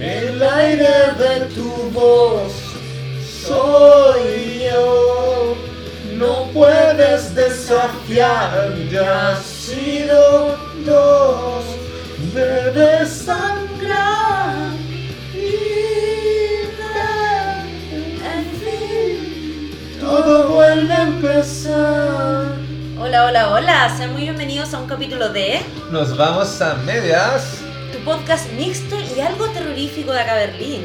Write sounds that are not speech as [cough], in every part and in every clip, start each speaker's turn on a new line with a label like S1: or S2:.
S1: El aire de tu voz soy yo. No puedes desafiar, ya has sido dos. Me desangrar y de-
S2: En fin.
S1: todo vuelve a empezar.
S2: Hola, hola, hola. Sean muy bienvenidos a un capítulo de
S3: Nos vamos a medias
S2: tu podcast mixto y algo terrorífico de acá Berlín.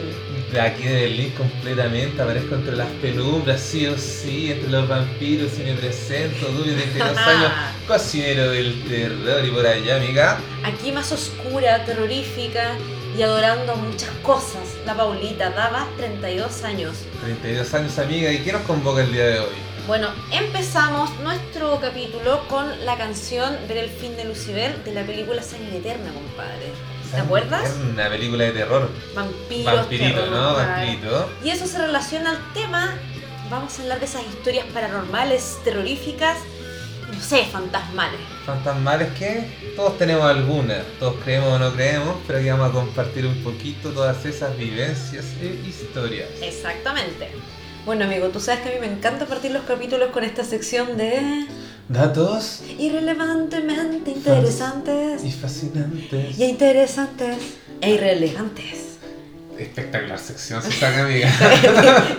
S3: de aquí de Berlín completamente. Aparezco entre las penumbras, sí o sí, entre los vampiros y me presento. Dubio de
S2: [laughs]
S3: este dos años, cocinero del terror y por allá, amiga.
S2: Aquí más oscura, terrorífica y adorando muchas cosas. La Paulita daba 32 años.
S3: 32 años, amiga. ¿Y qué nos convoca el día de hoy?
S2: Bueno, empezamos nuestro capítulo con la canción Ver el fin de Lucifer de la película Sangre Eterna, compadre. ¿Te acuerdas?
S3: Una película de terror.
S2: Vampiros.
S3: Vampirito,
S2: terror,
S3: ¿no?
S2: compadre.
S3: Vampirito.
S2: Y eso se relaciona al tema. Vamos a hablar de esas historias paranormales, terroríficas, y no sé, fantasmales.
S3: Fantasmales que todos tenemos alguna, todos creemos o no creemos, pero aquí vamos a compartir un poquito todas esas vivencias e historias.
S2: Exactamente. Bueno, amigo, tú sabes que a mí me encanta partir los capítulos con esta sección de
S3: Datos
S2: irrelevantemente interesantes
S3: y fascinantes.
S2: y interesantes e irrelevantes. [laughs]
S3: Espectacular sección, se saca amiga.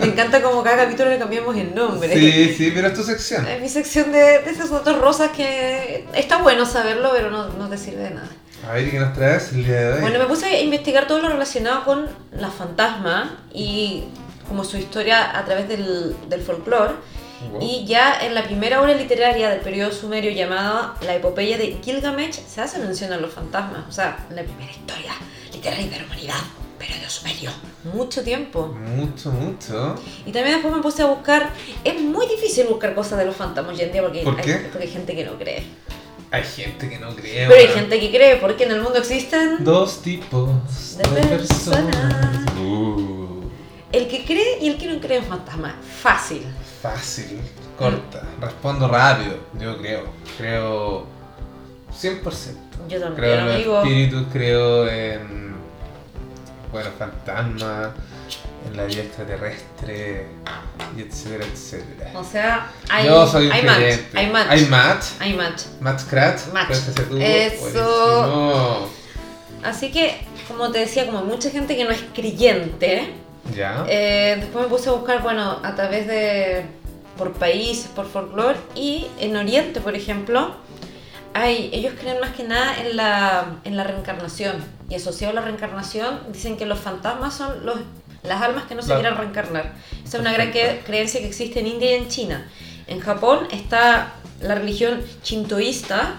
S2: me encanta como cada capítulo le cambiamos el nombre.
S3: Sí, sí, pero es tu sección.
S2: Es mi sección de, de esas notas rosas que está bueno saberlo, pero no, no te sirve de nada.
S3: A ver, ¿y ¿qué nos traes el día de hoy?
S2: Bueno, me puse a investigar todo lo relacionado con la fantasma y como su historia a través del, del folclore.
S3: Wow.
S2: Y ya en la primera obra literaria del periodo sumerio llamada La epopeya de Gilgamesh se hace mención a los fantasmas. O sea, la primera historia literaria de la humanidad, periodo sumerio. Mucho tiempo.
S3: Mucho, mucho.
S2: Y también después me puse a buscar. Es muy difícil buscar cosas de los fantasmas hoy en día porque,
S3: ¿Por
S2: hay-
S3: qué?
S2: porque hay gente que no cree.
S3: Hay gente que no cree.
S2: Pero hay
S3: weón.
S2: gente que cree porque en el mundo existen.
S3: Dos tipos
S2: De
S3: de,
S2: personas.
S3: personas. Uh,
S2: El que cree y el que no cree en fantasmas. Fácil.
S3: fácil, corta. Respondo rápido, yo creo. Creo 100%.
S2: Yo también,
S3: Creo en los
S2: amigo.
S3: espíritus, creo en. Bueno, fantasmas, en la vida extraterrestre, y etcétera, etcétera.
S2: O sea, hay,
S3: Yo soy un
S2: hay match.
S3: creyente.
S2: Hay match.
S3: Hay match.
S2: Hay match.
S3: Match Krat.
S2: Match.
S3: puedes hacer tú.
S2: Eso.
S3: Buenísimo.
S2: Así que, como te decía, como hay mucha gente que no es creyente,
S3: Ya.
S2: eh, después me puse a buscar, bueno, a través de. por países, por folclore, y en Oriente, por ejemplo, hay, ellos creen más que nada en la, en la reencarnación. Y asociado a la reencarnación, dicen que los fantasmas son los, las almas que no se
S3: Claro.
S2: quieren reencarnar. Esa es una gran que-
S3: Perfecto.
S2: creencia que existe en India y en China. En Japón está la religión shintoísta,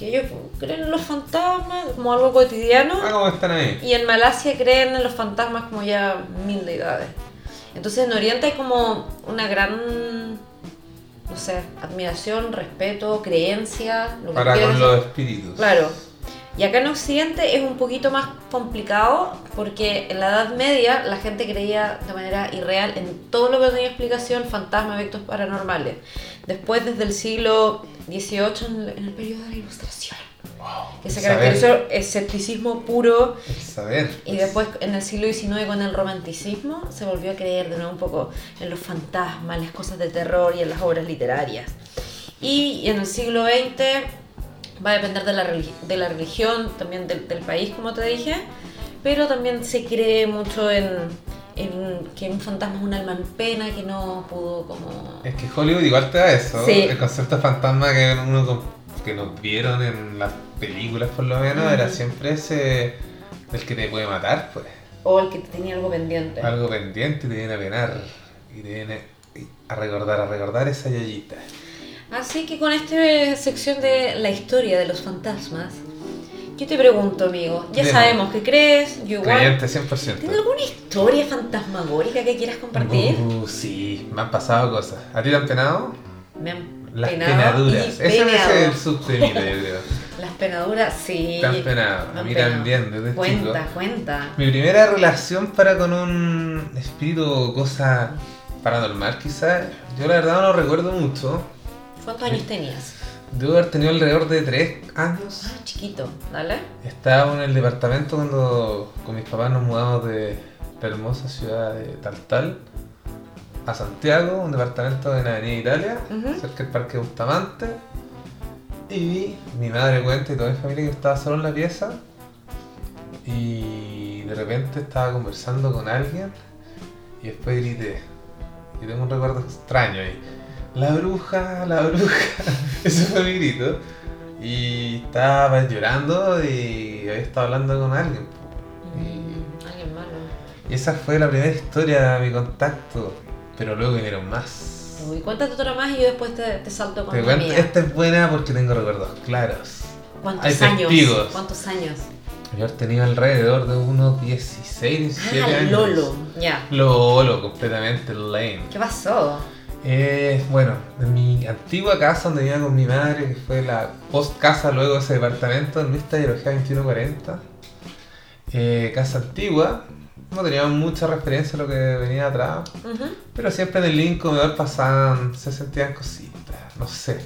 S2: que ellos creen en los fantasmas como algo cotidiano.
S3: Ah, ¿cómo están ahí?
S2: Y en Malasia creen en los fantasmas como ya mil deidades. Entonces en Oriente hay como una gran, no sé, admiración, respeto, creencia. Lo que
S3: Para
S2: quieras.
S3: con los espíritus.
S2: Claro. Y acá en Occidente es un poquito más complicado porque en la Edad Media la gente creía de manera irreal en todo lo que tenía explicación, fantasmas, eventos paranormales. Después, desde el siglo XVIII, en el, en el periodo de la Ilustración,
S3: Wow.
S2: que se
S3: El saber,
S2: caracterizó escepticismo puro,
S3: el Saber.
S2: y después en el siglo XIX con el romanticismo se volvió a creer de nuevo un poco en los fantasmas, las cosas de terror y en las obras literarias. Y en el siglo XX va a depender de la, religi- de la religión, también del, del país, como te dije, pero también se cree mucho en, en que un fantasma es un alma en pena que no pudo como...
S3: Es que Hollywood igual te da eso.
S2: Sí.
S3: El concepto de fantasma que uno con- que nos vieron en las películas por lo menos era
S2: Ujú.
S3: siempre ese el que te puede matar, pues.
S2: o el que tenía algo pendiente.
S3: Algo pendiente y te viene a penar. Y te viene a recordar, a recordar esa yayita.
S2: Así que con esta sección de la historia de los fantasmas, yo te pregunto, amigo, ya
S3: Dime.
S2: sabemos que crees, yo igual.
S3: Creyente 100%.
S2: ¿Tienes alguna historia fantasmagórica que quieras compartir?
S3: Uh, sí, me han pasado cosas. ¿A ti te han penado?
S2: Me han
S3: Uh, Las
S2: penado
S3: penaduras.
S2: y
S3: Ese debe
S2: penado.
S3: ser el subtenido, yo
S2: [laughs]
S3: creo.
S2: Las penaduras, sí.
S3: Te han penado.
S2: Me
S3: A
S2: han
S3: mí
S2: penado.
S3: también, desde
S2: Cuenta,
S3: este chico.
S2: cuenta.
S3: Mi primera relación para con un espíritu o cosa paranormal, quizás. Yo la verdad no lo recuerdo mucho.
S2: ¿Cuántos años tenías?
S3: Debo haber tenido alrededor de tres años.
S2: Ah, chiquito, ¿vale?
S3: Estábamos en el departamento cuando con mis papás nos mudamos de la hermosa ciudad de Taltal a Santiago, un departamento de la Avenida Italia,
S2: Ujú.
S3: cerca del Parque Bustamante. Y mi madre cuenta y toda mi familia que estaba solo en la pieza. Y de repente estaba conversando con alguien y después grité. Y tengo un recuerdo extraño ahí. La bruja, la bruja. [laughs] Ese fue mi grito. Y estaba llorando y había estado hablando con alguien. po. Y
S2: Mm, alguien malo.
S3: y esa fue la primera historia de mi contacto. Pero luego vinieron más.
S2: Uy, cuéntate otra más y yo después te, te salto con
S3: Te
S2: la
S3: cuento,
S2: mía.
S3: esta es buena porque tengo recuerdos claros.
S2: ¿Cuántos
S3: hay
S2: años?
S3: testigos.
S2: ¿Cuántos años?
S3: Yo tenía alrededor de unos 16, 17
S2: Ah,
S3: años.
S2: Lolo, ya.
S3: Lolo, completamente lame.
S2: ¿Qué pasó?
S3: Eh, bueno, en mi antigua casa donde vivía con mi madre, que fue la post casa luego de ese departamento, en Vista de 2140. eh, casa antigua, no teníamos mucha referencia a lo que venía atrás.
S2: Ujú.
S3: Pero siempre en el link comedor pasaban, se sentían cositas, no sé.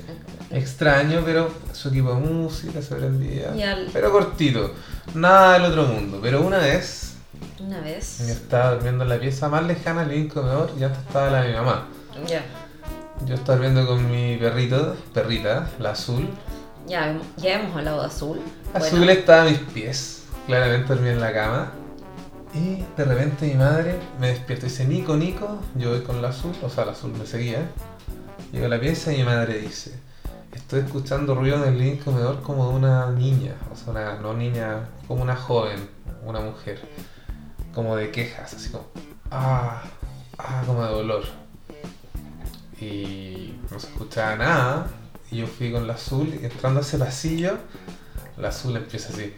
S3: Extraño, pero su equipo de música se prendía.
S2: Y al-
S3: Pero cortito, nada del otro mundo. Pero una vez,
S2: Una
S3: yo
S2: vez.
S3: estaba durmiendo en la pieza más lejana del link comedor y antes estaba la de mi mamá.
S2: Ya.
S3: Yo estaba durmiendo con mi perrito, perrita, la azul.
S2: Ya, hemos- ya hemos hablado de azul.
S3: Azul
S2: Bueno,
S3: estaba a mis pies, claramente dormía en la cama. Y de repente mi madre me despierta y dice, Nico, Nico, yo voy con la azul, o sea, la azul me seguía. Llego a la pieza y mi madre dice, estoy escuchando ruido en el living comedor como de una niña, o sea, una, no niña, como una joven, una mujer, como de quejas, así como, ah, ah, como de dolor. Y no se escuchaba nada, y yo fui con la azul, y entrando a ese pasillo, la azul empieza así.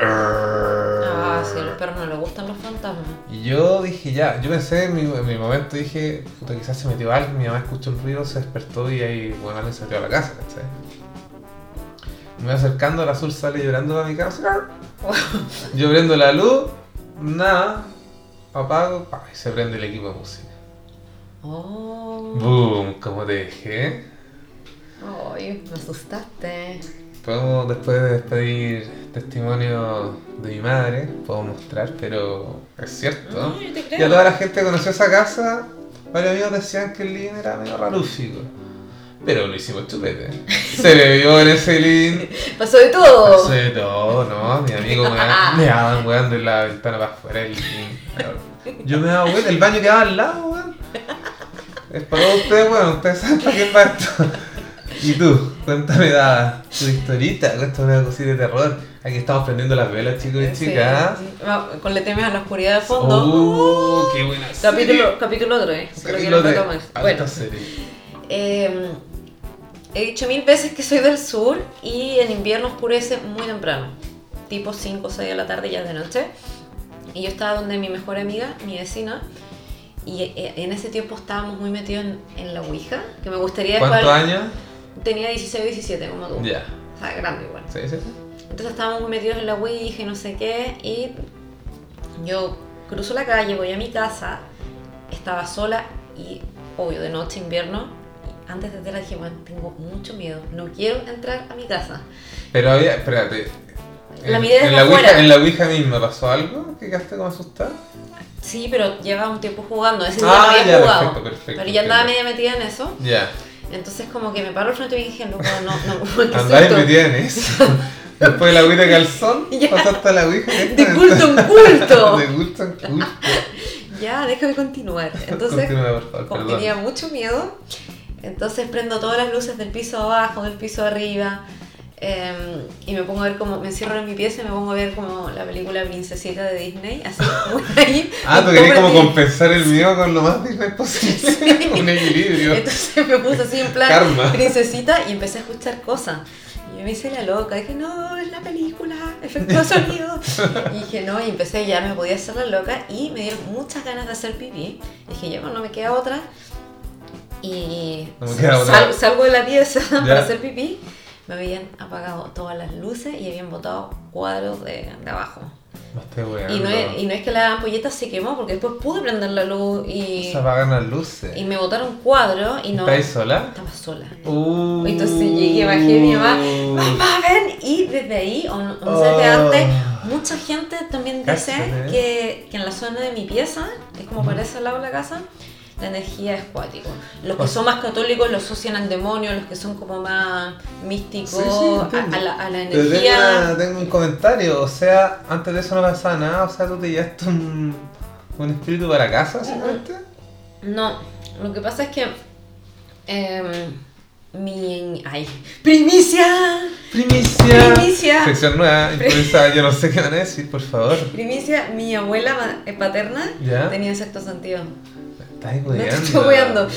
S2: Ah, sí, a los perros no les gustan los fantasmas.
S3: Y yo dije ya, yo pensé en mi, en mi momento, dije, puta, quizás se metió alguien, mi mamá escuchó un ruido, se despertó y ahí, bueno, alguien se metió a la casa, ¿cachai? Me voy acercando, el azul sale llorando a mi casa, [laughs] yo prendo la luz, nada, apago, pa, y se prende el equipo de música.
S2: Oh.
S3: Boom, como te dije.
S2: Ay, me asustaste.
S3: Podemos, después de despedir testimonio de mi madre, puedo mostrar, pero es cierto.
S2: No, yo te
S3: Y a toda
S2: creo.
S3: la gente que conoció esa casa, varios amigos decían que el living era medio rarúfico. Pero lo hicimos chupete. Se bebió en ese living.
S2: Pasó de todo.
S3: Se todo, no, mi amigo
S2: [laughs]
S3: me
S2: Ah.
S3: da- me daban weón de la ventana para afuera del living. Yo me daba weón, el baño quedaba al lado, weón. Es para todos ustedes, weón, ustedes saben para quién va esto. Y tú, cuéntame da, tu historita, cuéntame una cosita de terror. Aquí estamos prendiendo las velas, chicos y
S2: Sí,
S3: chicas.
S2: sí. Va, Con le temes a la oscuridad de fondo.
S3: ¡Uh! ¡Qué buena serie.
S2: Capítulo, capítulo eh. 3.
S3: Capítulo de
S2: Bueno,
S3: alta serie.
S2: eh, he dicho mil veces que soy del sur y en invierno oscurece muy temprano. Tipo 5 o 6 de la tarde, ya es de noche. Y yo estaba donde mi mejor amiga, mi vecina. Y eh, en ese tiempo estábamos muy metidos en, en la Ouija. Que me gustaría después-
S3: ¿Cuántos años?
S2: Tenía 16 o 17, como tú.
S3: Ya.
S2: O sea, grande igual.
S3: ¿Sí, sí, sí?
S2: Entonces estábamos muy metidos en la Ouija y no sé qué, y yo cruzo la calle, voy a mi casa, estaba sola y, obvio, de noche, invierno, y antes de entrar dije, bueno, tengo mucho miedo, no quiero entrar a mi casa.
S3: Pero había, espérate.
S2: La
S3: en,
S2: miré desde
S3: en la
S2: afuera.
S3: Ouija, ¿En la Ouija misma pasó algo? ¿Que quedaste como asustada?
S2: Sí, pero llevaba un tiempo jugando, ese día
S3: Ah,
S2: no había
S3: ya,
S2: jugado,
S3: perfecto, perfecto,
S2: pero ya andaba media
S3: entiendo.
S2: metida en eso,
S3: Ya.
S2: entonces como que me paro al frente y dije, loco, no, [laughs] no, qué
S3: Andáis
S2: susto.
S3: metida
S2: [laughs]
S3: en eso. Después de la Ouija calzón,
S2: Ya.
S3: pasaste a la Ouija.
S2: De
S3: [laughs]
S2: culto en culto.
S3: De culto
S2: [laughs]
S3: en culto.
S2: Ya, déjame continuar. Entonces,
S3: Continúa, por favor,
S2: como
S3: Ah, perdón.
S2: tenía mucho miedo, entonces prendo todas las luces del piso abajo, del piso arriba, eh, y me pongo a ver como, me encierro en mi pieza y me pongo a ver como la película Princesita de Disney, así, [laughs] muy ahí.
S3: Ah, tú
S2: con
S3: querés
S2: todo
S3: como
S2: prendido.
S3: compensar el miedo con lo más Disney
S2: [laughs]
S3: posible. [laughs] Un equilibrio.
S2: Entonces me puse así en plan
S3: Karma.
S2: princesita y empecé a escuchar cosas. Y yo me hice la loca, dije, no, es la película, efecto
S3: [laughs]
S2: de sonido. Y dije, no, y empecé a llorar, me podía hacer la loca y me dieron muchas ganas de hacer pipí. Y dije, ya, bueno, no me queda otra. Y
S3: No me queda otra.
S2: sal- salgo de la pieza [laughs]
S3: Ya.
S2: para hacer pipí. Me habían apagado todas las luces y habían botado cuadros de, de abajo.
S3: Me estoy weando.
S2: Y no, es, y no es que la ampolleta se quemó, porque después pude prender la luz y,
S3: Se apagan las luces.
S2: y me botaron cuadro y no...
S3: ¿Estáis sola?
S2: Estaba sola.
S3: Uh.
S2: Entonces llegué, bajé a mi mamá, mamá, ven, y desde ahí, o no no sé de arte,
S3: Oh.
S2: mucha gente también dice
S3: Cáchate.
S2: que, que en la zona de mi pieza, que es como parece al lado de la casa, la energía es cuático. Los que son más católicos lo asocian al demonio, los que son como más místicos,
S3: Sí, sí, entiendo.
S2: a, a la, a la
S3: Pero tengo, una-
S2: energía.
S3: tengo un comentario, o sea, antes de eso no pasaba nada, o sea, tú te llevaste un, un espíritu para casa, básicamente.
S2: No, lo que pasa es que... em, mi... ¡Ay! ¡Primicia!
S3: Primicia.
S2: Primicia.
S3: Sección nueva, improvisada, yo no sé qué van a decir, por favor.
S2: Primicia, mi abuela ma- eh, paterna
S3: ¿Ya?
S2: tenía sexto sentido.
S3: Me estás
S2: No te
S3: weando.
S2: estoy weando.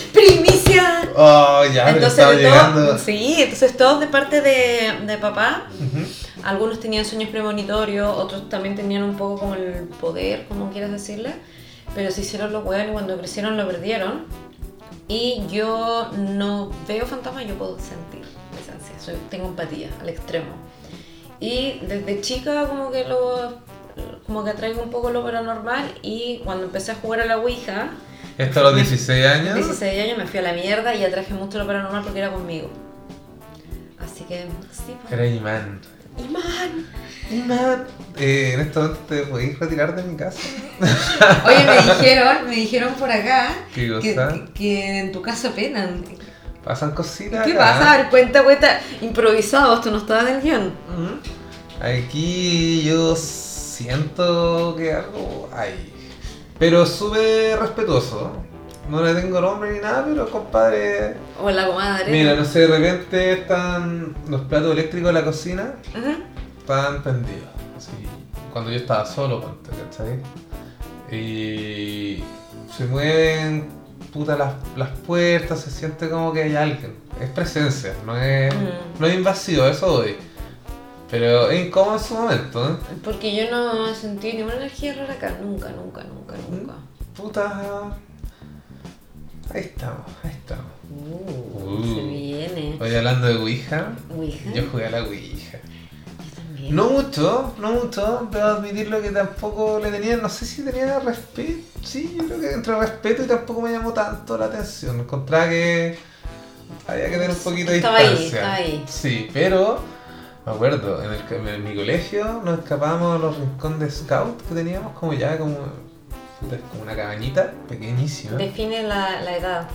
S2: ¡Primicia!
S3: Oh, ya, pero
S2: entonces,
S3: estaba
S2: de
S3: llegando.
S2: todos, sí, entonces todos de parte de, de papá,
S3: Ujú.
S2: algunos tenían sueños premonitorios, otros también tenían un poco como el poder, como quieras decirle, pero se hicieron los hueones y cuando crecieron lo perdieron. Y yo no veo fantasmas, yo puedo sentir presencia, soy, tengo empatía al extremo. Y desde chica como que lo como que atraigo un poco lo paranormal y cuando empecé a jugar a la Ouija,
S3: Esto a los 16 años.
S2: 16 años me fui a la mierda y atraje mucho lo paranormal porque era conmigo. Así que, sí, pues.
S3: Era imán.
S2: ¡Imán!
S3: Imán. Eh, en este momento te podéis retirar de mi casa.
S2: Oye, me dijeron, me dijeron por acá
S3: Qué
S2: que,
S3: cosa.
S2: que- que en tu casa penan.
S3: Pasan cositas.
S2: ¿Qué
S3: acá.
S2: pasa? A ver, cuenta, cuenta. Improvisado, esto no estaba en el guión.
S3: Aquí yo siento que algo hay. Pero súper respetuoso. No le tengo nombre ni nada, pero compadre.
S2: O la comadre.
S3: Mira, no sé, de repente están los platos eléctricos de la cocina,
S2: Ajá.
S3: están prendidos. Así, cuando yo estaba solo, ponte, ¿cachai? Y se mueven puta las, las puertas, se siente como que hay alguien. Es presencia, no es,
S2: Mm.
S3: no es invasivo, a eso voy. Pero es incómodo en su momento, ¿eh?
S2: Porque yo no sentí ninguna energía rara acá. Nunca, nunca, nunca,
S3: Mm.
S2: nunca.
S3: Puta. Ahí estamos, ahí estamos.
S2: Uh, Se viene.
S3: Hoy hablando de Ouija,
S2: Ouija.
S3: yo jugué a la Ouija.
S2: Yo también.
S3: No mucho, no mucho, debo admitirlo que tampoco le tenía, no sé si tenía respeto, sí, yo creo que entre respeto y tampoco me llamó tanto la atención, encontraba que había que tener un poquito de
S2: Estaba ahí,
S3: distancia.
S2: estaba ahí.
S3: Sí, pero me acuerdo, en, el, ca- en mi colegio nos escapábamos a los rincón de scout que teníamos como ya, como, puta, como una cabañita pequeñísima.
S2: Define la, la edad.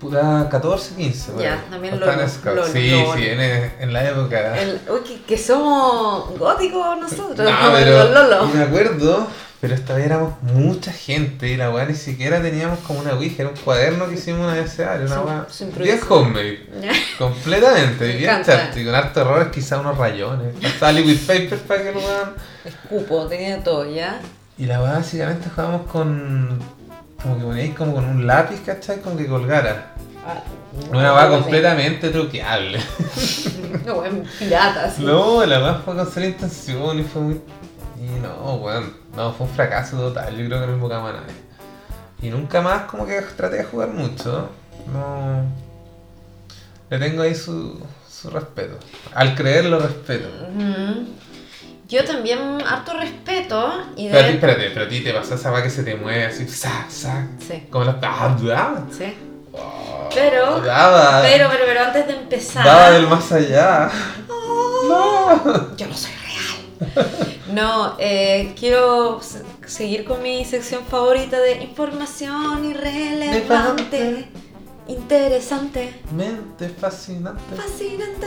S3: Puta 14, 15, por
S2: Ya,
S3: ahí.
S2: también
S3: No
S2: lo-
S3: estaba en scout.
S2: lo-
S3: Sí,
S2: lo-
S3: sí, en, e, en la época.
S2: El- uy, que, que somos góticos nosotros,
S3: No,
S2: los lolos.
S3: pero me acuerdo, pero esta vez éramos mucha gente y la weá ni siquiera teníamos como una Ouija, era un cuaderno que hicimos una vez, ah, era
S2: Su-
S3: una weá
S2: su
S3: bien
S2: improviso.
S3: homemade, completamente,
S2: Me
S3: bien
S2: encanta.
S3: chasti, con harto errores, quizá unos rayones, pasaba liquid paper para que lo weón.
S2: Escupo, tenía todo, ¿ya?
S3: Y la weá básicamente jugábamos con, como que poníais como con un lápiz, ¿cachai? Como que colgara.
S2: Ah,
S3: Una weá completamente truqueable.
S2: Una weá pirata, sí.
S3: No, la más fue con sola intención y fue muy. Y no, weón. No, fue un fracaso total. Yo creo que no invocamos a nadie. eh. Y nunca más, como que traté de jugar mucho. No. Le tengo ahí su, su respeto. Al creerlo, respeto.
S2: Ujú. Yo también harto respeto y
S3: Pero a ti,
S2: de...
S3: espérate, pero a ti te pasa esa va que se te mueve así, sa, sa.
S2: Sí,
S3: Como las. ¡Ah, daba!
S2: sí.
S3: Oh,
S2: Pero-
S3: Daba.
S2: Pero, pero, pero antes de empezar...
S3: Daba Ah. del
S2: [laughs]
S3: más allá. No.
S2: Yo no soy real. No, eh, quiero se- seguir con mi sección favorita de información irrelevante,
S3: Relevante.
S2: interesante.
S3: Mente fascinante.
S2: Fascinante.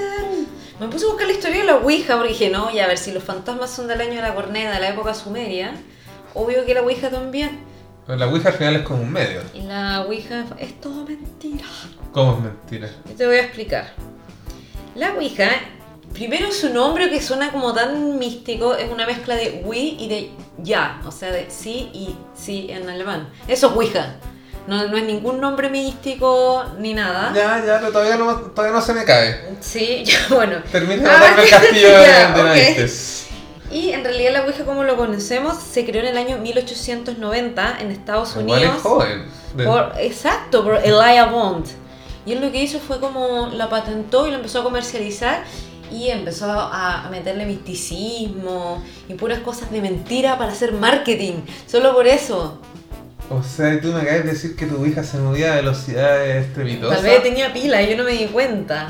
S2: Me puse a buscar la historia de la Ouija porque dije, no, ya a ver, si los fantasmas son del año de la corneta, de la época sumeria, obvio que la Ouija también.
S3: Pero la Ouija al final es como un medio.
S2: Y la Ouija es todo mentira.
S3: ¿Cómo es mentira?
S2: Yo te voy a explicar. La Ouija, primero su nombre que suena como tan místico, es una mezcla de Wii y de ya, o sea, de sí y sí en alemán. Eso es Ouija. No, no es ningún nombre místico ni nada.
S3: Ya, ya, pero todavía no, todavía no se me cae.
S2: Sí, [laughs] bueno.
S3: Termina de
S2: Ah,
S3: matarme el castillo de,
S2: [laughs] ya,
S3: de
S2: ok.
S3: naipes.
S2: Y en realidad la Ouija como lo conocemos se creó en el año 1890 en Estados
S3: Igual es
S2: Unidos.
S3: joven. De-
S2: por, exacto, por Elijah Bond. Y él lo que hizo fue como la patentó y la empezó a comercializar y empezó a, a meterle misticismo y puras cosas de mentira para hacer marketing, solo por eso.
S3: O sea, tú me acabas de decir que tu hija se movía a velocidades estrepitosas.
S2: Tal vez tenía pila y yo no me di
S3: [laughs]
S2: cuenta.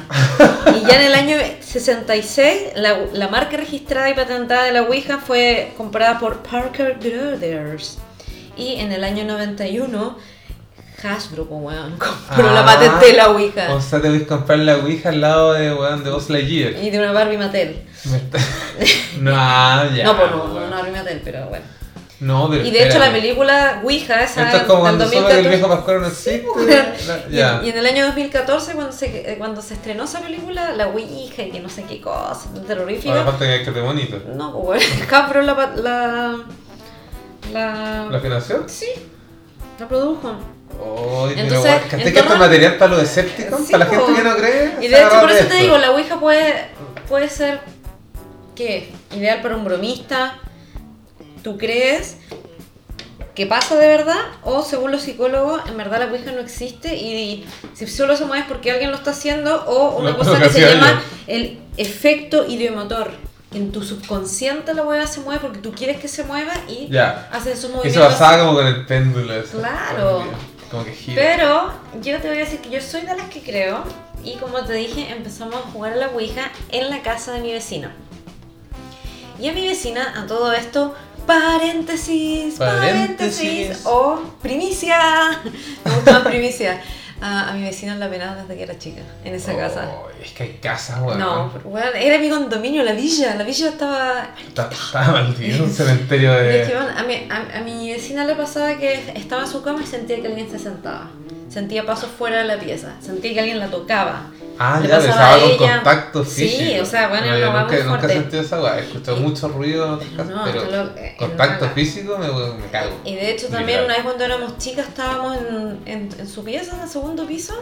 S2: Y ya en el año 66, la, la marca registrada y patentada de la Ouija fue comprada por Parker Brothers. Y en el año 91, Hasbro, pues, weón, [laughs] compró
S3: Ah,
S2: la patente de la Ouija.
S3: O sea, te voy a comprar la Ouija al lado de, weón, de Buzz Lightyear.
S2: Y de una Barbie Mattel. [laughs]
S3: Me está- no, ya.
S2: no, pues no,
S3: weón.
S2: una Barbie Mattel, pero bueno.
S3: No, pero
S2: Y de hecho, la
S3: espérame.
S2: película Ouija, esa
S3: Esto es como
S2: del
S3: cuando solo el
S2: 2014
S3: viejo Pascual no existe. [laughs] la-
S2: Y,
S3: ya.
S2: y en el año 2014, cuando se, eh, cuando se estrenó esa película, la Ouija y que no sé qué cosa, tan
S3: Ahora
S2: terrorífica.
S3: falta que esté bonito.
S2: No, [laughs] pues bueno, Capro la, pa- la, la.
S3: ¿La financió?
S2: Sí, la produjo.
S3: Oy, pero
S2: Entonces,
S3: weón, ¿caché que esto
S2: entorno-
S3: es material para los escépticos?
S2: Sí,
S3: para la
S2: po.
S3: gente que no cree.
S2: Y
S3: se
S2: de hecho,
S3: agarra
S2: por eso te
S3: esto.
S2: digo, la Ouija puede, puede ser. ¿Qué? Ideal para un bromista. ¿Tú crees que pasa de verdad? O según los psicólogos, en verdad la Ouija no existe y, si solo se mueve es porque alguien lo está haciendo o una
S3: Lo-
S2: cosa
S3: lo
S2: que
S3: [laughs] que
S2: se
S3: hacía
S2: llama el efecto ideomotor. que En tu subconsciente la hueá se mueve porque tú quieres que se mueva y
S3: Ya.
S2: hace esos
S3: Y se
S2: movimientos.
S3: basaba como con el péndulo. ese.
S2: Claro.
S3: Como que- Como que gira.
S2: Pero yo te voy a decir que yo soy de las que creo y como te dije empezamos a jugar a la Ouija en la casa de mi vecina. Y a mi vecina, a todo esto, paréntesis, paréntesis,
S3: Paréntesis.
S2: o primicia, me gusta más primicia. A, a mi vecina la penaba desde que era chica, en esa casa.
S3: Oh, es que hay casas, weón.
S2: No, pero, bueno, era mi condominio, la villa, la villa estaba
S3: Está,
S2: [laughs]
S3: está maldito, un cementerio
S2: pero es que,
S3: de.
S2: bueno, a, mi, a- a mi vecina le pasaba que estaba en su cama y sentía que alguien se sentaba. Sentía pasos fuera de la pieza. Sentía que alguien la tocaba.
S3: Ah,
S2: le
S3: ya,
S2: pasaba
S3: besaba
S2: a
S3: con
S2: ella.
S3: contacto
S2: Sí,
S3: físico.
S2: o sea, bueno,
S3: no,
S2: era
S3: yo
S2: una
S3: nunca,
S2: weá muy
S3: nunca
S2: fuerte.
S3: sentí esa weá. He escuchado
S2: Y-
S3: mucho ruido en otras casas,
S2: No,
S3: Ah, pero
S2: está lo- eh,
S3: contacto
S2: nada.
S3: físico me, me cago.
S2: Y de hecho también
S3: Literal.
S2: una vez cuando éramos chicas estábamos en, en- en su pieza, en el segundo piso,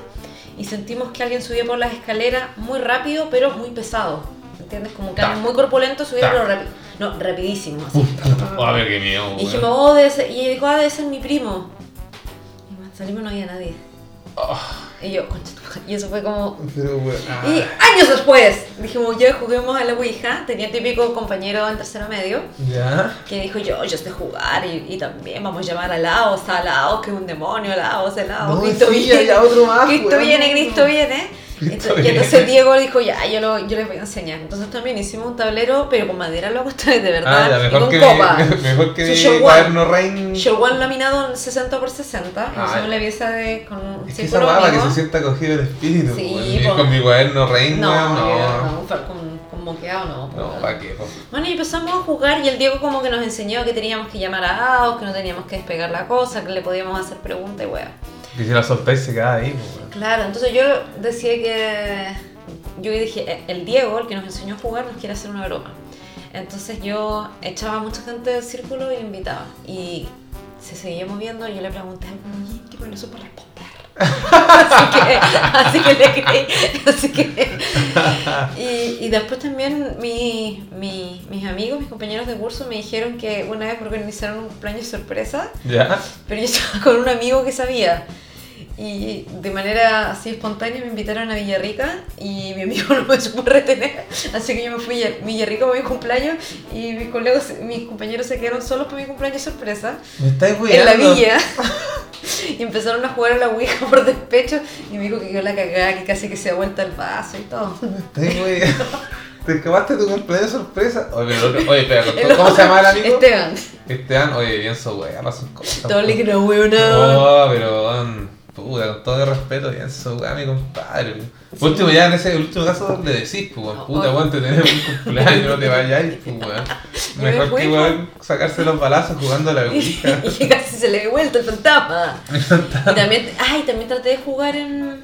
S2: y sentimos que alguien subía por las escaleras muy rápido, pero muy pesado. ¿Entiendes? Como que
S3: Ta.
S2: alguien muy corpulento subía,
S3: Ta. Uh.
S2: pero rápido. No, rapidísimo. así.
S3: Puta, [laughs] a ver qué miedo,
S2: Y dijimos,
S3: weón.
S2: oh, debe ser- y dijo, ah, debe ser mi primo. Y bueno, salimos no había nadie.
S3: Oh,
S2: Y yo, concha tu madre. Y eso fue como,
S3: pero weón.
S2: Y
S3: ah,
S2: años después dijimos, ya juguemos a la Ouija. Tenía típico compañero en tercero medio
S3: Ya.
S2: que dijo, yo, yo sé jugar y, y también vamos a llamar a Laos, a Laos, que es un demonio, Laos, a Laos,
S3: No,
S2: Cristo
S3: sí,
S2: viene,
S3: había otro más,
S2: Cristo
S3: weón.
S2: viene, Cristo viene.
S3: Cristo
S2: Entonces- y
S3: viene.
S2: entonces Diego dijo, ya, yo, lo, yo les voy a enseñar. Entonces también hicimos un tablero, pero con madera lo ustedes [laughs] de verdad,
S3: Ah, ya,
S2: y con
S3: mejor que,
S2: copa.
S3: [laughs] mi, mejor que
S2: Su
S3: mi
S2: Shogun.
S3: cuaderno Rain.
S2: Showwall laminado en 60 x 60,
S3: Mm. Ah,
S2: hicimos la pieza de, con un
S3: Es que esa
S2: círculo
S3: weá para que
S2: amigo.
S3: se sienta cogido el espíritu,
S2: Sí,
S3: weón. Y
S2: po.
S3: Con mi cuaderno Rain,
S2: No,
S3: weón,
S2: no,
S3: no.
S2: no, con, con moqueado no.
S3: No,
S2: weón.
S3: pa' qué, po.
S2: Bueno, y empezamos a jugar y el Diego como que nos enseñó que teníamos que llamar a Aos, que no teníamos que despegar la cosa, que le podíamos hacer preguntas y weá.
S3: Que si la soltáis se queda ahí, po, weón.
S2: Claro, entonces yo decía que... Yo dije, "Eh, el Diego, el que nos enseñó a jugar, nos quiere hacer una broma. Entonces yo echaba a mucha gente del círculo y le invitaba. Y se seguía moviendo y este yo le pregunté, "Oye, ¿qué me lo supo responder? [laughs] así, que, así que le creí. Así que... Y, y después también mi- mi- mis amigos, mis compañeros de curso me dijeron que una vez organizaron un cumpleaños sorpresa,
S3: Ya.
S2: pero yo estaba [laughs] con un amigo que sabía. Y de manera así espontánea me invitaron a Villarrica y mi amigo [laughs] no me supo retener, así que yo me fui a Villarrica para mi cumpleaños y mis, colegas, mis compañeros se quedaron solos para mi cumpleaños sorpresa
S3: Me estáis
S2: en
S3: cuidando.
S2: la villa. [laughs] Y empezaron a jugar a la Ouija por despecho y me dijo que yo la cagada, que casi que se da vuelta el vaso y todo.
S3: Estoy muy...
S2: [laughs]
S3: Te escapaste tu cumpleaños sorpresa. Oye, pero el otro- oye, espera,
S2: [laughs] El
S3: ¿cómo se llama el
S2: otro-
S3: amigo?
S2: Esteban.
S3: Esteban, oye, bien su weá, sus cosas.
S2: Todo le
S3: po.
S2: creo, weón.
S3: No, pero weón, puta, con todo el respeto, bien su weá, mi compadre. Por último, ya en ese último caso le decís, pues, weón, puta,
S2: Oye.
S3: weón, te tenés un cumpleaños, no te vayáis, pues, weón.
S2: Yo me
S3: Mejor
S2: fui,
S3: que
S2: po.
S3: weón sacarse los balazos jugando a la
S2: [laughs] Y
S3: ouija.
S2: que casi se le dio vuelta el fantasma. Y también, ay, también traté de jugar en.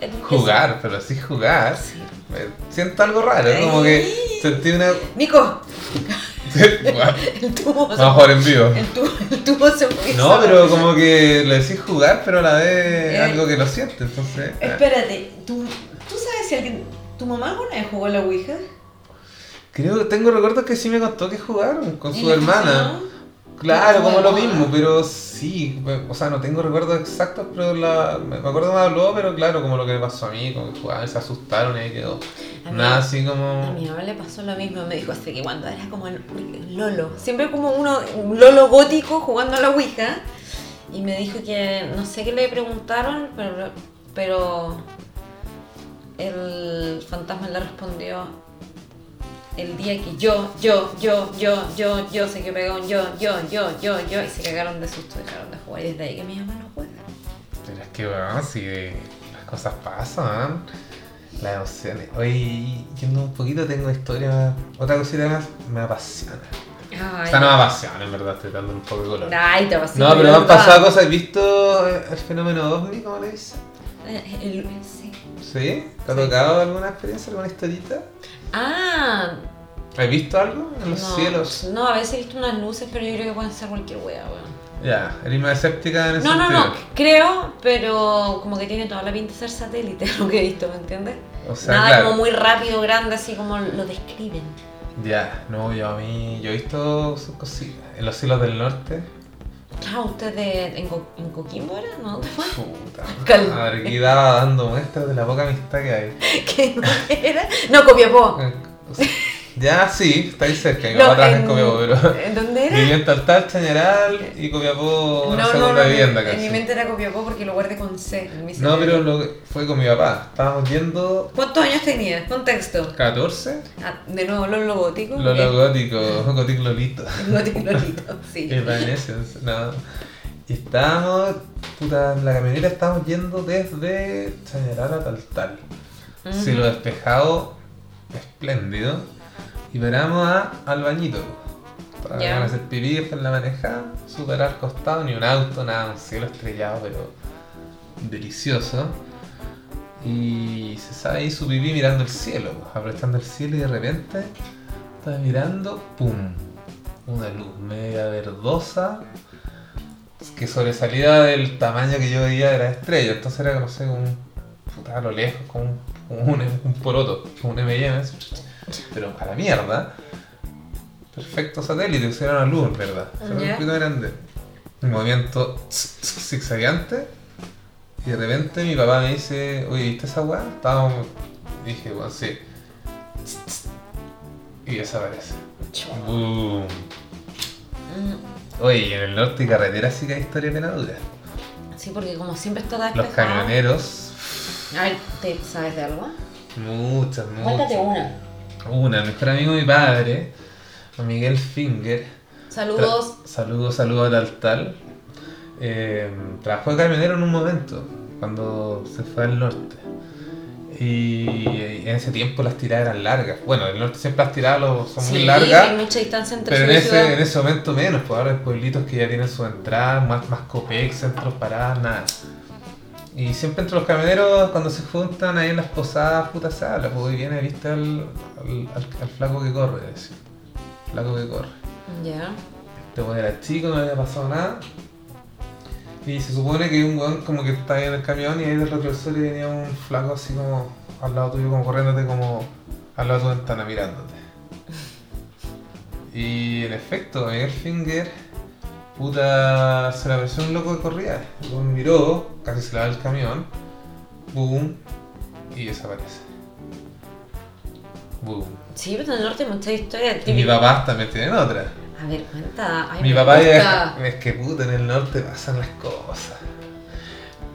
S2: en-
S3: Jugar, pero así jugar.
S2: Sí.
S3: me- Siento algo raro, como que sentí una. [laughs]
S2: Nico,
S3: Weón,
S2: [laughs] el tubo.
S3: Vamos a jugar en vivo.
S2: El tubo, el tubo se fue.
S3: No, pero como que le decís jugar, pero a la vez
S2: Eh.
S3: algo que lo siente, entonces. eh.
S2: Espérate, ¿tú, ¿tú sabes si alguien. ¿Tu mamá alguna vez jugó a la Ouija?
S3: Creo que tengo recuerdos que sí me contó que jugaron con
S2: ¿Y
S3: su
S2: le
S3: hermana.
S2: funcionó?
S3: Claro, como
S2: Como
S3: lo
S2: moda.
S3: mismo, pero sí, o sea, no tengo recuerdos exactos, pero la, me me acuerdo que me habló, pero claro, como lo que le pasó a mí, como que jugaban, se asustaron y ahí quedó.
S2: A mí-
S3: Nada así
S2: A
S3: como...
S2: mi mamá le pasó lo mismo, me dijo así que cuando era como el Lolo, siempre como uno, un Lolo gótico jugando a la Ouija, y me dijo que no sé qué le preguntaron, pero, pero el fantasma le respondió el día que yo, yo, yo, yo, yo, yo, se quedó pegado, en yo, yo, yo, yo, yo, y se cagaron de susto, dejaron de jugar, y desde ahí que mi mamá no juega.
S3: Pero es que, bueno, si las cosas pasan, las emociones. Oye, yendo un poquito, tengo historia, otra cosita más, me apasiona.
S2: Ay,
S3: O sea, no me apasiona, en verdad, estoy dando un poco de color.
S2: Ay, te vas a
S3: No, pero me han
S2: preguntar.
S3: pasado cosas, ¿has visto eh, el fenómeno ovni, como le dicen?
S2: Eh, el- sí.
S3: ¿Sí? ¿Te ha
S2: Sí.
S3: tocado alguna experiencia, alguna historita?
S2: Ah,
S3: ¿Has visto algo en los
S2: no,
S3: cielos?
S2: No, a veces he visto unas luces, pero yo creo que pueden ser cualquier wea, weón.
S3: Ya, eres más escéptica en ese
S2: No, no,
S3: sentido.
S2: no, creo, pero como que tiene toda la pinta de ser satélite [laughs] lo que he visto, ¿me entiendes?
S3: O sea,
S2: Nada
S3: claro.
S2: como muy rápido, grande, así como lo describen.
S3: Ya, no, yo a mí, yo he visto sus cositas. En los cielos del norte.
S2: Claro, Ah, usted de, en, Co- en Coquimbo era, ¿no? [laughs] ¿Dónde fue?
S3: Puta
S2: Calma.
S3: madre, aquí daba dando muestras de la poca amistad
S2: [laughs]
S3: que hay.
S2: ¿Qué no era? No, Copiapó.
S3: Eh, o sea, Ya, sí, está ahí cerca, mi
S2: No,
S3: papá trabaja en
S2: en-
S3: Copiapó, pero...
S2: [laughs] ¿en ¿Dónde era?
S3: Vivió en Tartal, Chañaral y Copiapó una segunda
S2: en-
S3: vivienda
S2: en
S3: casi.
S2: mi mente era Copiapó porque lo guardé con C. en mi
S3: No,
S2: cerebro.
S3: pero lo que- fue con mi papá. Estábamos yendo
S2: ¿Cuántos años tenías? Contexto.
S3: 14.
S2: Ah, de nuevo, Lolo Gótico.
S3: Lo
S2: eh, [laughs]
S3: lo gótico, [laughs] gótico lolito.
S2: Gótico Lolito, sí.
S3: [laughs] Evanescence, no. Y estábamos, puta, en la camioneta estábamos yendo desde Chañaral a Taltal.
S2: Ujú.
S3: Cielo despejado, espléndido. Y paramos a Albañito. Para
S2: Ya.
S3: hacer pipí después en la manejada, superar al costado, ni un auto, nada, un cielo estrellado, pero delicioso. Y se sabe ahí su pipí mirando el cielo, pues, aprovechando el cielo y de repente estaba mirando, ¡pum! Una luz media verdosa que sobresalía del tamaño que yo veía de la estrella. Entonces era, no sé, como un puta a lo lejos, como un, como un, un poroto, como un M&M, así, pero a la mierda. Perfecto satélite, que era una luz, en verdad. Era un
S2: Ya.
S3: poquito grande. Un movimiento zigzagueante. Y de repente mi papá me dice, oye, ¿viste esa weá? Estábamos... Dije, bueno, sí. Y desaparece. Boom.
S2: Mm,
S3: Oye, y en el norte y carretera sí que hay historia penadura.
S2: Sí, porque como siempre está
S3: Los
S2: despejado.
S3: camioneros,
S2: A ver, ¿te sabes de algo?
S3: muchas,
S2: Cuéntate
S3: muchas.
S2: una.
S3: Una, mejor amigo de mi padre, Miguel Finger. Tra-
S2: Saludos.
S3: Saludos, saludos a tal tal. Eh, trabajó de camionero en un momento, cuando se fue al norte. Y, y en ese tiempo las tiradas eran largas. Bueno, el norte siempre las tiradas lo- son muy
S2: Sí,
S3: largas.
S2: Hay mucha distancia entre
S3: Pero en
S2: ciudad y
S3: ese,
S2: ciudad.
S3: en ese momento menos, pues ahora hay pueblitos que ya tienen su entrada, más, más Copec, centros, paradas, nada. Y siempre entre los camioneros, cuando se juntan ahí en las posadas, puta se habla, pues y viene, viste al, al, al- al flaco que corre, decía. Flaco que corre.
S2: Ya.
S3: Este weón era chico, no le había pasado nada. Y se supone que un weón como que estaba ahí en el camión y ahí del retrovisor y venía un flaco así como al lado tuyo, como corriéndote como al lado de tu ventana mirándote. Y en efecto, Miguel Finger, puta, se la apareció un loco que corría. El weón miró, casi se la da el camión, boom, y desaparece. Boom.
S2: Sí, pero en el norte hay mucha historia.
S3: Y mi
S2: típica.
S3: papá también tiene otra.
S2: A ver, cuenta. Ay,
S3: Mi
S2: me
S3: papá
S2: gusta.
S3: viaja- Es que puta, en el norte pasan las cosas.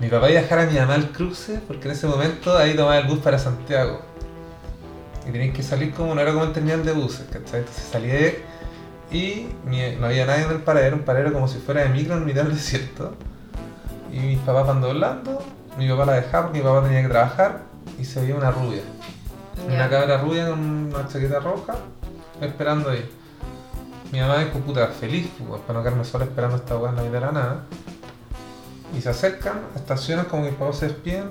S3: Mi papá iba a dejar a mi mamá al cruce porque en ese momento ahí tomaba el bus para Santiago. Y tenías que salir como, no era como el terminal de buses, ¿cachai? Entonces salí de y mi- no había nadie en el paradero, un paradero como si fuera de micro en mitad del [laughs] desierto. Y mis papás van doblando, mi papá la dejaba porque mi papá tenía que trabajar y se veía una rubia. Una
S2: Ya.
S3: cabra rubia con una chaqueta roja, esperando ahí. Mi mamá dijo, puta, feliz, pues, para no quedarme sola esperando a esta weá en la mitad de la nada. Y se acercan, estacionan como que mis papás se despiden.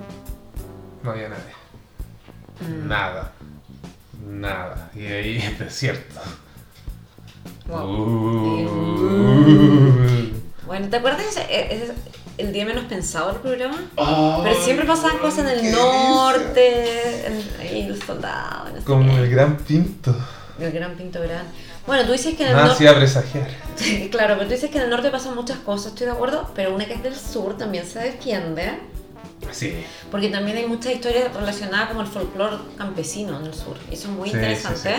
S3: No había nadie.
S2: Mm,
S3: Nada. Nada. Y ahí [laughs] es desierto.
S2: wow.
S3: Uh.
S2: Bueno, ¿te acuerdas ese, e, ese- el día menos pensado del programa?
S1: Ay,
S2: Pero siempre pasaban cosas en
S3: qué
S2: el norte, en, ahí los soldados, no sé
S3: Como
S2: qué.
S3: el gran pinto.
S2: El gran Pinto Gran. Bueno, tú dices que en el
S3: Nada
S2: norte...
S3: hacía presagiar.
S2: [laughs] Claro, pero tú dices que en el norte pasan muchas cosas, estoy de acuerdo, pero una que es del sur también se defiende,
S3: Sí,
S2: porque también hay muchas historias relacionadas con el folclore campesino en el sur, y son muy
S3: Sí,
S2: interesantes.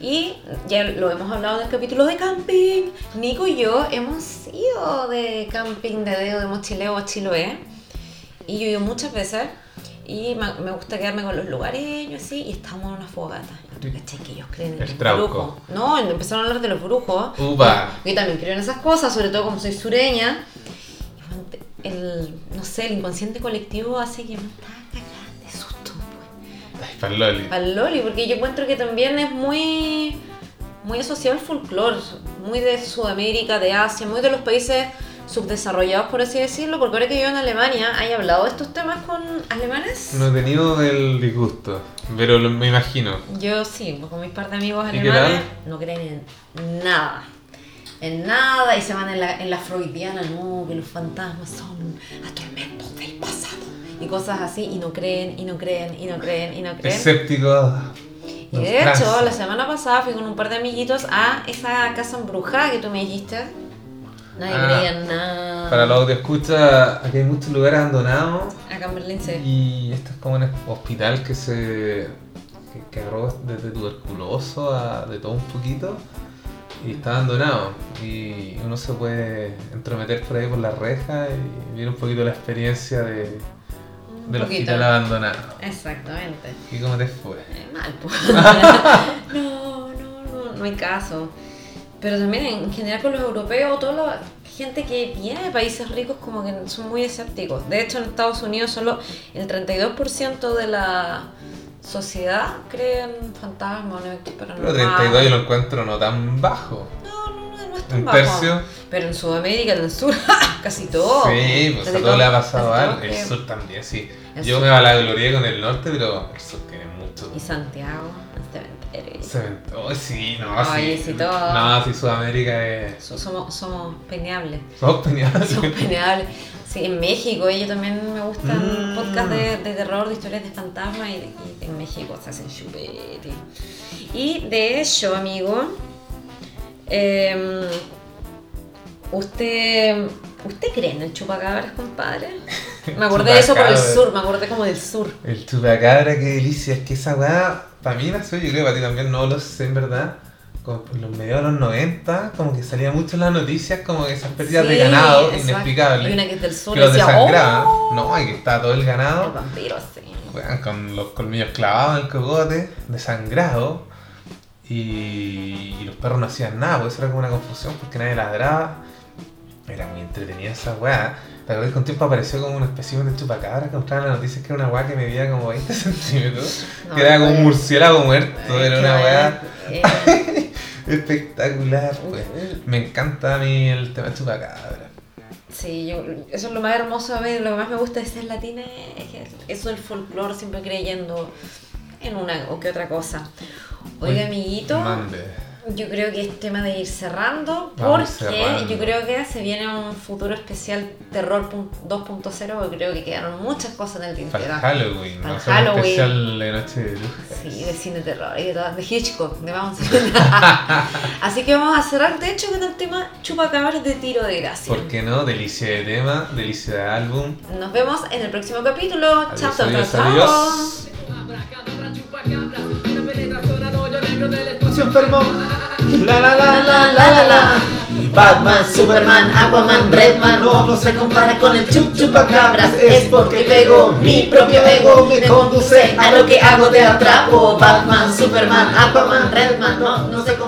S2: Y ya lo hemos hablado en el capítulo de camping, Nico y yo hemos ido de camping de dedo de mochileo a Chiloé, y yo he ido muchas veces. Y ma- me gusta quedarme con los lugareños así, y estamos en una fogata. ¿Cachai? Que ellos creen en
S3: El
S2: los brujos.
S3: trauco.
S2: No, empezaron a hablar de los brujos.
S3: Upa.
S2: Yo también creo en esas cosas, sobre todo como soy sureña. El, no sé, el inconsciente colectivo hace que me estaba cagada de susto.
S3: Ay, pa'l Loli.
S2: Para Loli, porque yo encuentro que también es muy, muy asociado al folclore, muy de Sudamérica, de Asia, muy de los países subdesarrollados, por así decirlo, porque ahora que yo en Alemania, ¿hay hablado de estos temas con alemanes?
S3: No he tenido el disgusto, pero lo- me imagino.
S2: Yo sí, pues, con mis par de amigos
S3: ¿Y qué
S2: alemanes no creen en nada. En nada, y se van en la, en la freudiana, no, que los fantasmas son atormentos del pasado. Y cosas así, y no creen, y no creen, y no creen, y no creen.
S3: Escéptico.
S2: y de hecho, la semana pasada fui con un par de amiguitos a esa casa embrujada que tú me dijiste. Nadie
S3: Ah,
S2: creía en nada.
S3: Para los que escucha, aquí hay muchos lugares abandonados.
S2: Acá en Berlín se-
S3: Y esto es como un hospital que se. que, que agarró desde tuberculoso a de todo un poquito. Y está abandonado. Y uno se puede entrometer por ahí por la reja y viene un poquito la experiencia de,
S2: un
S3: del
S2: poquito.
S3: hospital abandonado.
S2: Exactamente.
S3: ¿Y cómo te fue?
S2: Eh, mal, pues. [laughs] no, no, no, no hay caso. Pero también en general con los europeos, toda la gente que viene de países ricos como que son muy escépticos. De hecho, en Estados Unidos solo el 32% de la sociedad cree en fantasmas, no
S3: Pero 32 yo lo encuentro no tan bajo.
S2: No, no, no, no es tan
S3: Un
S2: bajo.
S3: tercio.
S2: Pero en Sudamérica, en el sur, [laughs] casi todo.
S3: Sí, pues a
S2: Casi
S3: todo le ha pasado
S2: casi todo
S3: algo. El
S2: cree.
S3: sur también, sí.
S2: El
S3: Yo
S2: sur.
S3: me vanaglorié con el norte, pero el sur tiene mucho.
S2: Y Santiago, Santiago.
S3: Cemento- oh, sí, no,
S2: Ay,
S3: sí.
S2: sí, todo.
S3: No, sí, Sudamérica es.
S2: So- Somos, somos peneables.
S3: Somos [laughs] peñados.
S2: Son peneables. Sí, en México, eh, yo también me gustan
S3: Mm.
S2: podcasts de, de terror, de historias de fantasmas y, y en México se hacen chupete. Y de hecho, amigo, eh, usted, ¿usted cree en el chupacabras, compadre? Me acordé de eso por el
S3: Chupacabras.
S2: sur, me acordé como del sur.
S3: El chupacabra, qué delicia. Es que esa weá, para mí nació, yo creo que para ti también, no lo sé en verdad. Como en los mediados de los 90, como que salía mucho en las noticias, como que esas pérdidas de
S2: Sí,
S3: ganado
S2: exacto. Y una
S3: inexplicables.
S2: que es del sur
S3: Que los
S2: decía,
S3: desangraban.
S2: ¡oh!
S3: No, hay que está todo el ganado.
S2: El vampiro, sí.
S3: Weón, con los colmillos clavados en el cogote, desangrado. Y, y los perros no hacían nada, por eso era como una confusión, porque nadie ladraba. Era muy entretenida esa weá. Pero que con tiempo apareció como un espécimen de chupacabra que mostraban las noticias que era una weá que medía como 20 [laughs] centímetros.
S2: No,
S3: que era como un
S2: eh,
S3: murciélago muerto,
S2: eh,
S3: era
S2: qué
S3: una
S2: bueno.
S3: weá
S2: Eh,
S3: espectacular. pues. Me encanta a mí el tema de chupacabra.
S2: Sí, yo, eso es lo más hermoso a mí, lo que más me gusta de ser latina es que eso del folclore, siempre creyendo en una o que otra cosa. Oiga,
S3: Uy,
S2: amiguito,
S3: Mande.
S2: yo creo que es tema de ir cerrando, porque
S3: Vamos cerrando.
S2: yo creo que se viene un futuro especial Terror pun- 2.0, porque creo que quedaron muchas cosas en el tintero.
S3: Para el Halloween,
S2: Para
S3: ¿no?
S2: el
S3: Hacer un
S2: Halloween.
S3: especial de Noche de Brujas.
S2: Sí, de cine terror y de todas, de Hitchcock, de vamos
S3: [laughs]
S2: Así que vamos a cerrar, de hecho, con el tema Chupacabras de Tiro de Gracia.
S3: ¿Por qué no? Delicia de tema, delicia de álbum.
S2: Nos vemos en el próximo capítulo. Chao, chao,
S3: Adiós,
S2: chao,
S3: adiós,
S2: chao.
S3: adiós.
S4: Abracadabra, chupacabra, una penetración al hoyo negro del espacio.
S1: Se enfermó. La la la la la la la. Batman, Superman, Aquaman, Redman, no, no se compara con el chup chupacabras. Es porque pego mi propio ego, me conduce a lo que hago de atrapo. Batman, Superman, Aquaman, Redman, no, no se compara.